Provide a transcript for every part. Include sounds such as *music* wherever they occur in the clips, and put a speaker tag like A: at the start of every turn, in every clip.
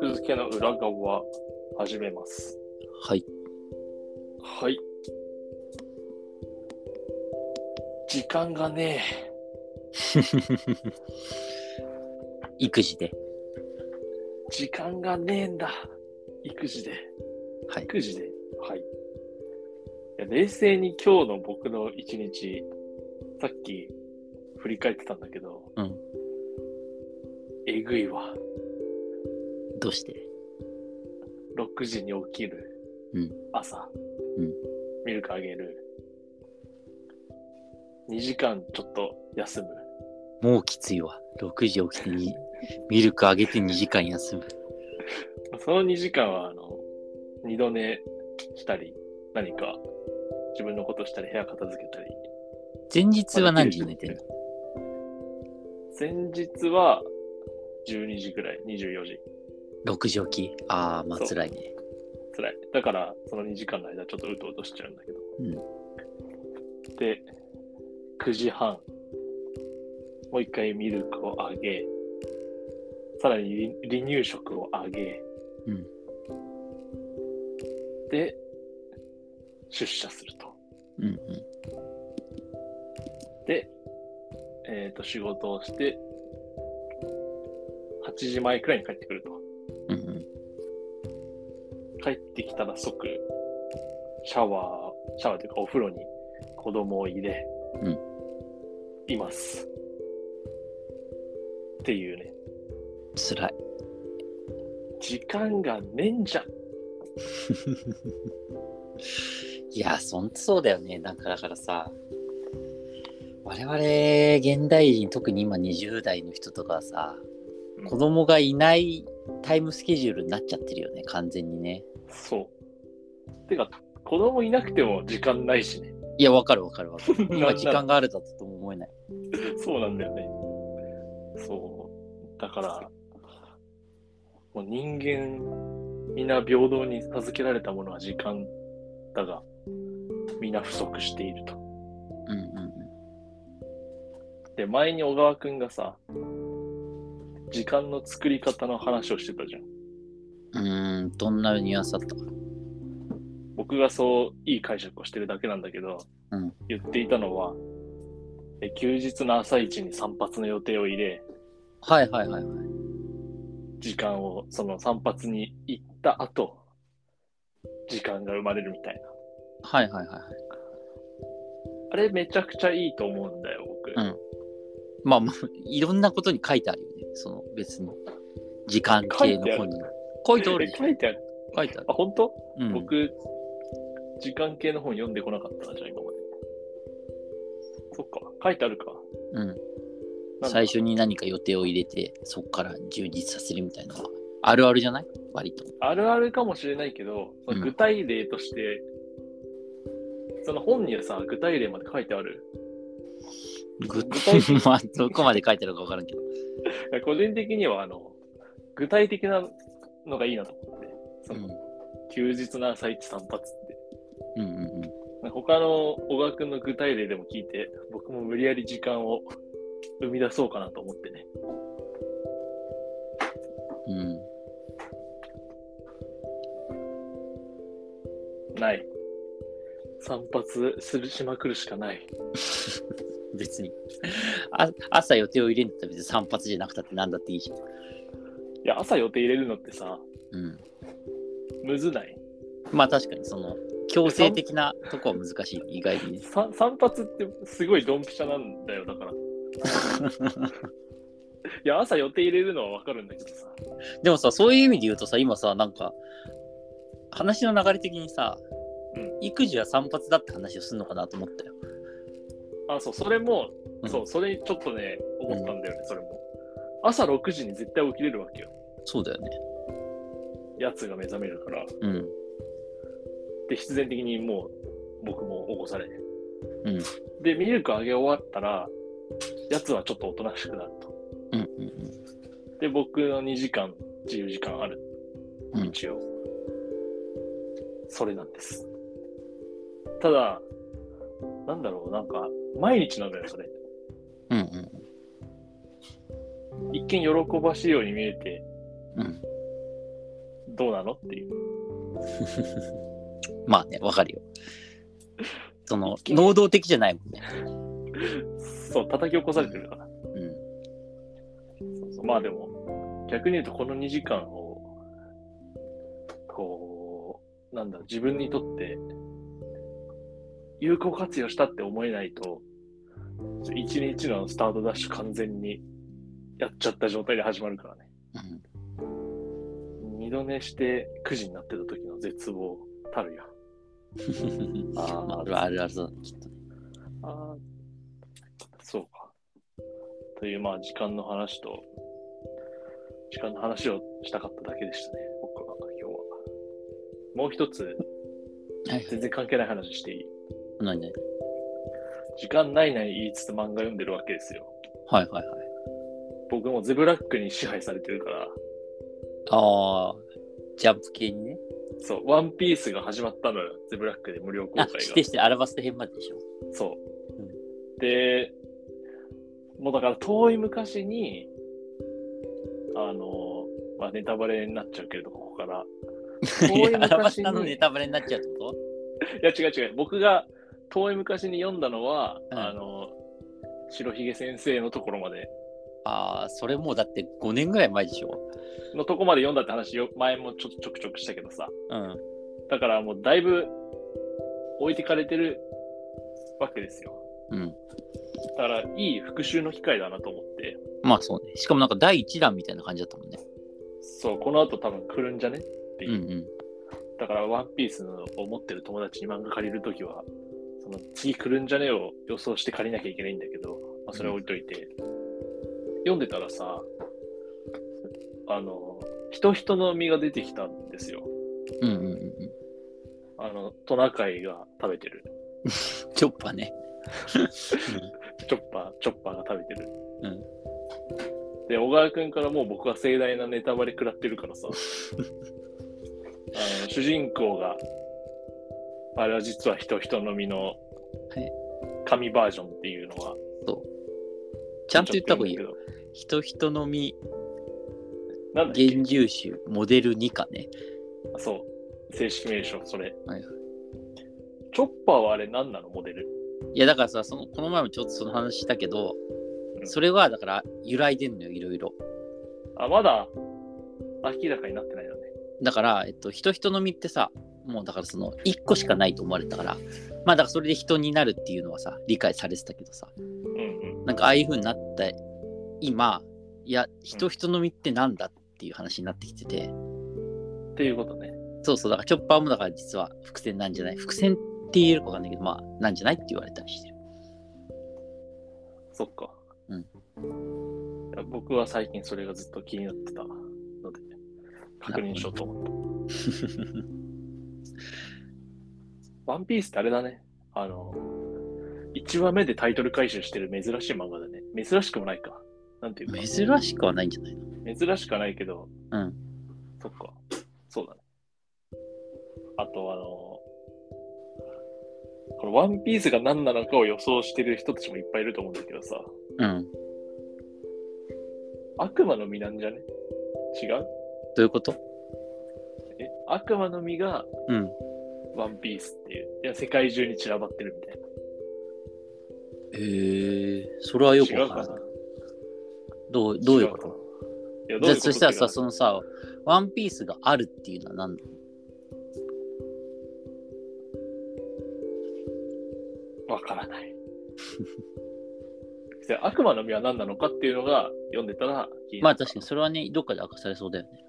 A: 奥付けの裏側、始めます。
B: はい。 *laughs*
A: はい。時間がねえ。
B: 育児で。
A: 時間がねえんだ。育児で。
B: はい
A: 育児で。はい。いや冷静に今日の僕の一日、さっき振り返ってたんだけど、
B: うん
A: えぐいわ。
B: どうして
A: 6時に起きる、
B: うん
A: 朝、
B: うん
A: ミルクあげる2時間ちょっと休む
B: もうきついわ。6時起きてにミルクあげて2時間休む。
A: その2時間はあの二度寝したり何か自分のことしたり部屋片付けたり
B: 前日は何時に寝てんの
A: 前日は12時ぐらい24時
B: ?6 時起き。ああ、まあ
A: そう
B: 辛いね。
A: 辛いだからその2時間の間ちょっとうとうとしちゃうんだけど、で9時半もう一回ミルクをあげさらに離離乳食をあげ、
B: うん
A: で出社すると
B: うんうん。
A: で、えっと仕事をして8時前くらいに帰ってくると
B: うんうん。
A: 帰ってきたら即、シャワー、シャワーというかお風呂に子供を入れ、
B: うん
A: います。っていうね、
B: 辛い。
A: 時間がねえんじゃん。
B: いや、そんとそうだよね。なんかだからさ、我々現代人、特に今20代の人とかはさ、子供がいないタイムスケジュールになっちゃってるよね、完全にね。
A: そう。てか、子供いなくても時間ないしね。
B: いや、わかるわかるわ *laughs* かる。
A: な
B: 今
A: ん
B: 時
A: なら
B: 間があるだと思えない。
A: そうなんだよね。そう。だから、もう人間、皆平等に授けられたものは時間だが、皆不足していると。
B: うんうんうん。
A: で、前に小川くんがさ、時間の作り方の話をしてたじゃん。
B: うーん、どんなニュアンスだったか。
A: 僕がそういい解釈をしてるだけなんだけど、
B: うん
A: 言っていたのは、え休日の朝一に散髪の予定を入れ、
B: はいはいはいはい。
A: 時間を、その散髪に行った後、時間が生まれるみたいな。
B: はいはいはいはい。
A: あれめちゃくちゃいいと思うんだよ、僕。
B: うんまあまあ、いろんなことに書いてあるよね。その別に。時間系の本に。書いてある
A: え。書いてある。
B: 書いてある
A: あ、。本当、
B: うん、
A: 僕、時間系の本読んでこなかったな、じゃあ今まで。そっか、書いてあるか。
B: うん。
A: なんだ
B: 最初に何か予定を入れて、そこから充実させるみたいなのは。あるあるじゃない割と。
A: あるあるかもしれないけど、その具体例として、その本にはさ、具体例まで書いてある。 *laughs*
B: ぐ
A: 体的
B: まあ、どこまで書いてあるか分からんけど。
A: 個人的には、あの、具体的なのがいいなと思って、
B: う
A: そ
B: ん
A: の、。休日の朝一散髪って。
B: うんうんうん。
A: なんか他の小川くんの具体例でも聞いて、僕も無理やり時間を *laughs* 生み出そうかなと思ってね。
B: うん、
A: ない。散髪するしまくるしかない。
B: 別にあ。朝予定を入れるんだったら別に散髪じゃなくたって何だっていいじゃん。
A: いや、朝予定入れるのってさ、
B: うん。
A: むずない
B: まあ確かにその強制的なとこは難しい意外 *laughs* にね。
A: さ散髪ってすごいドンピシャなんだよだから
B: *laughs*
A: いや朝予定入れるのは分かるんだけどさ
B: でもさそういう意味で言うとさ今さなんか話の流れ的にさ、
A: うん
B: 育児は散髪だって話をするのかなと思ったよ。
A: あそうそれも、
B: うん
A: そうそれちょっとね思ったんだよね、それも朝6時に絶対起きれるわけよ
B: そうだよね。
A: やつが目覚めるから
B: うん。
A: で必然的にもう僕も起こされ
B: うん
A: でミルクあげ終わったらやつはちょっとおとなしくなると
B: うんうん
A: で僕の2時間自由時間ある
B: うん
A: 一応、それなんですただなんだろうなんか毎日なんだよそれ
B: うんうん
A: 一見喜ばしいように見えて、
B: うん。
A: どうなのっていう。
B: まあね、わかるよ。そ *laughs* の、
A: 一見
B: 能動的じゃないもんね。
A: そう、叩き起こされてるから。
B: うん。
A: そうそうまあでも、逆に言うとこの2時間を、こう、なんだ、自分にとって、有効活用したって思えないと、一日のスタートダッシュ完全にやっちゃった状態で始まるからね。
B: うん
A: 二度寝して9時になってた時の絶望たるや。あ
B: *laughs*
A: ー
B: まあ、あるあるあるだ、きっとね。
A: あーそうか。という、まあ、時間の話と、時間の話をしたかっただけでしたね、僕は、今日は。もう一つ、
B: はい
A: 全然関係ない話していい。
B: 何々
A: 時間ないない言いつつ漫画読んでるわけですよ。
B: はいはいはい。
A: 僕もゼブラックに支配されてるから、
B: ああ、ジャンプ系にね。
A: そう、ワンピースが始まったのよ、ゼブラックで無料公開
B: あ、
A: が。
B: してして、アラバスタ編まででしょ。
A: そう。
B: う
A: で、もうだから遠い昔に、あの、まあ、ネタバレになっちゃうけれど、ここから。遠
B: *laughs* い
A: い
B: やアラバス
A: 昔
B: タのネ
A: に、い
B: タバレになっちゃうってこ
A: や違う違う、僕が遠い昔に読んだのは、
B: うん
A: あの、白ひげ先生のところまで、
B: とああ、それもうだって5年ぐらい前でしょ。
A: のとこまで読んだって話よ、前もちょちょくちょくしたけどさ、
B: うん。
A: だからもうだいぶ置いてかれてるわけですよ。
B: うん。
A: だから、いい復習の機会だなと思って、
B: まあそうね。しかもなんか第1弾みたいな感じだったもんね。
A: そう、この後多分来るんじゃねって
B: うん
A: いうう。
B: ん。
A: だから、ワンピースを持ってる友達に漫画借りるときは、その次来るんじゃねえを予想して借りなきゃいけないんだけど、まあ、それは置いといて、読んでたらさ、あの、人人の実が出てきたんですよ。
B: うんうんうんう
A: あの、トナカイが食べてる。
B: ん。チョッパーね。
A: チョッパー、チョッパーが食べてる。
B: うん
A: で、小川くんからもう僕は盛大なネタバレ食らってるから
B: *laughs*
A: さ、あの主人公が、あれは実は人人のみの
B: い
A: 紙バージョンっていうのは、
B: ちゃんと言った方がいいよ。
A: よ。
B: 人人のみ、
A: なんだっけ
B: 現住種、モデル2かね。
A: そう、正式名称、それ。
B: はい
A: チョッパーはあれ何なのモデル
B: いやだからさ、そのこの前もちょっとその話したけど、
A: うん
B: それはだから揺らいでんのよ、いろいろ。
A: あ、まだ明らかになってないよね。
B: だから、えっと、人人の実ってさ、もうだからその1個しかないと思われたから、まあだからそれで人になるっていうのはさ、理解されてたけどさ、
A: うんうん。
B: なんかああいう風になった今、いや、人人の実ってなんだっていう話になってきてて、
A: っていうことね。
B: そうそう、だからチョッパーもだから実は伏線なんじゃない伏線って言えるかわかんないけど、まあ、なんじゃないって言われたりしてる。
A: そっか。
B: うん
A: いや僕は最近それがずっと気になってたので、確認しようと思った。 *laughs* ワンピースってあれだね。あの、1話目でタイトル回収してる珍しい漫画だね。珍しくもないか。なんていうか、
B: 珍しくはないんじゃないの
A: 珍しくはないけど、
B: うん。
A: そっか。そうだね。あと、あの、このワンピースが何なのかを予想してる人たちもいっぱいいると思うんだけどさ。
B: うん。ど
A: 悪魔の実なんじゃね違う
B: ういうこと
A: え悪魔の実が
B: うん。
A: ワンピースっていう。いや、世界中に散らばってるみたい
B: へえ、それはよく
A: な。違
B: わ
A: う
B: か
A: からな
B: ない。どう、どういうこ
A: 違かな
B: と
A: いや、どう
B: じゃ
A: いうこ
B: あ
A: と
B: そしたら
A: っていう
B: さ、
A: か
B: そのさ、ワンピースがあるっていうのは何なの
A: わからない。 *laughs* で悪魔の実は何なのかっていうのが読んでたら気にな
B: まあ
A: った
B: 確かにそれはね、どっかで明かされそうだよね。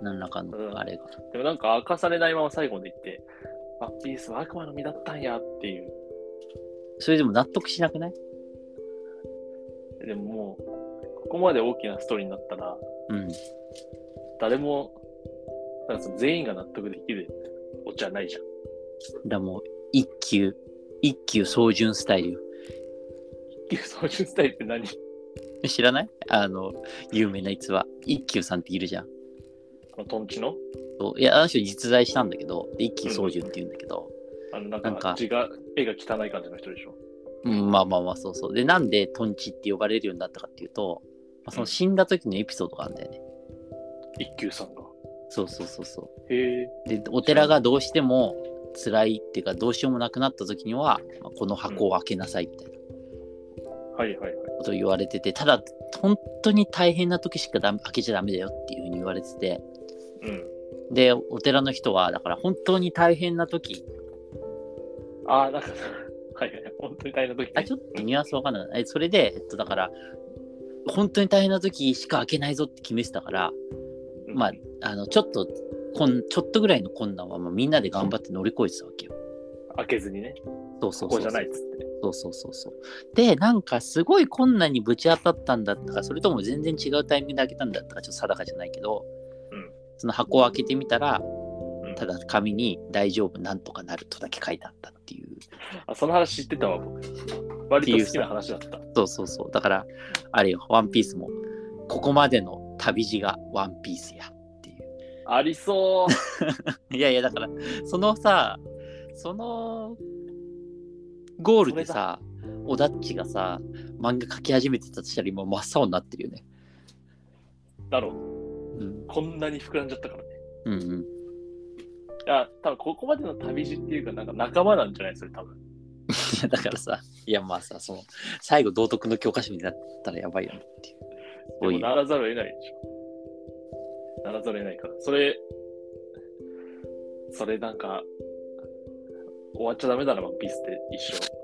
B: 何らか
A: うん
B: のあれが。
A: でもなんか明かされないまま最後まで言って、ワンピースは悪魔の実だったんやっていう。
B: それでも納得しなくない
A: でももう、ここまで大きなストーリーになったら、
B: うん。
A: 誰も、なんかその全員が納得できるお茶ないじゃん。 *laughs*
B: だもう、一級、一級操縦スタイルよ。
A: 一級操縦スタイルって何
B: 知らないあの、有名な逸話。一休さんっているじゃん。
A: あの、トンチの
B: そういや、あの人実在したんだけど、で一休操縦って言うんだけど、
A: あの、なん
B: なん
A: か
B: か
A: 字が、絵が汚い感じの人でしょ。
B: うん、まあまあまあ、そうそう。で、なんでトンチって呼ばれるようになったかっていうと、あ、その死んだ時のエピソードがあるんだよね。
A: 一休さんが。
B: そうそうそうそ
A: へえ。
B: う。で、お寺がどうしても辛いっていうか、どうしようもなくなった時には、まあこの箱を開けなさいみたいな
A: はいはいはい。
B: ことを言われてて、ただ、本当に大変な時しかダメ開けちゃダメだよっていうふうに言われてて、
A: うん。
B: で、お寺の人は、だから本当に大変な時
A: ああ、なんか、 *laughs* はいはい。本当に大変な時、ね、
B: あちょっとニュアンスわかんない。えそれで、えっと、だから、本当に大変な時しか開けないぞって決めてたから、
A: うん
B: まあ、あのちょっとこん、ちょっとぐらいの困難はまあみんなで頑張って乗り越えてたわけよ。
A: 開けずにね、
B: そうそう
A: ここ
B: そう
A: じ
B: そ
A: ゃ
B: う。
A: ないっつってね。
B: そうそうそうそう。で、なんかすごい困難にぶち当たったんだったか、それとも全然違うタイミングで開けたんだったか、ちょっと定かじゃないけど、
A: うん
B: その箱を開けてみたら、
A: うん
B: ただ紙に「大丈夫なんとかなる」とだけ書いてあったっていう。
A: あ、その話知ってたわ、僕。割と好きな話だった。
B: そうそうそう。だから、あれよ、ワンピースも、ここまでの旅路がワンピースやってい
A: ありそう。
B: う。いやいや、だから、そのさ、そのゴールでさ、オダッチがさ、漫画描き始めてたとしたら今真っ青になってるよね。
A: だろう。
B: うん。
A: こんなに膨らんじゃったからね。
B: うんうん。 *laughs*
A: いや、多分ここまでの旅路っていうか、なんか仲間なんじゃないそれ多分。
B: いやだからさ、いやまあさ、その、最後道徳の教科書になったらやばいよねっていう。
A: で
B: そうい
A: も
B: う
A: ならざるを得ないでしょ。ならざるを得ないから。それ、それなんか、終わっちゃダメだな、ワンピースって一生。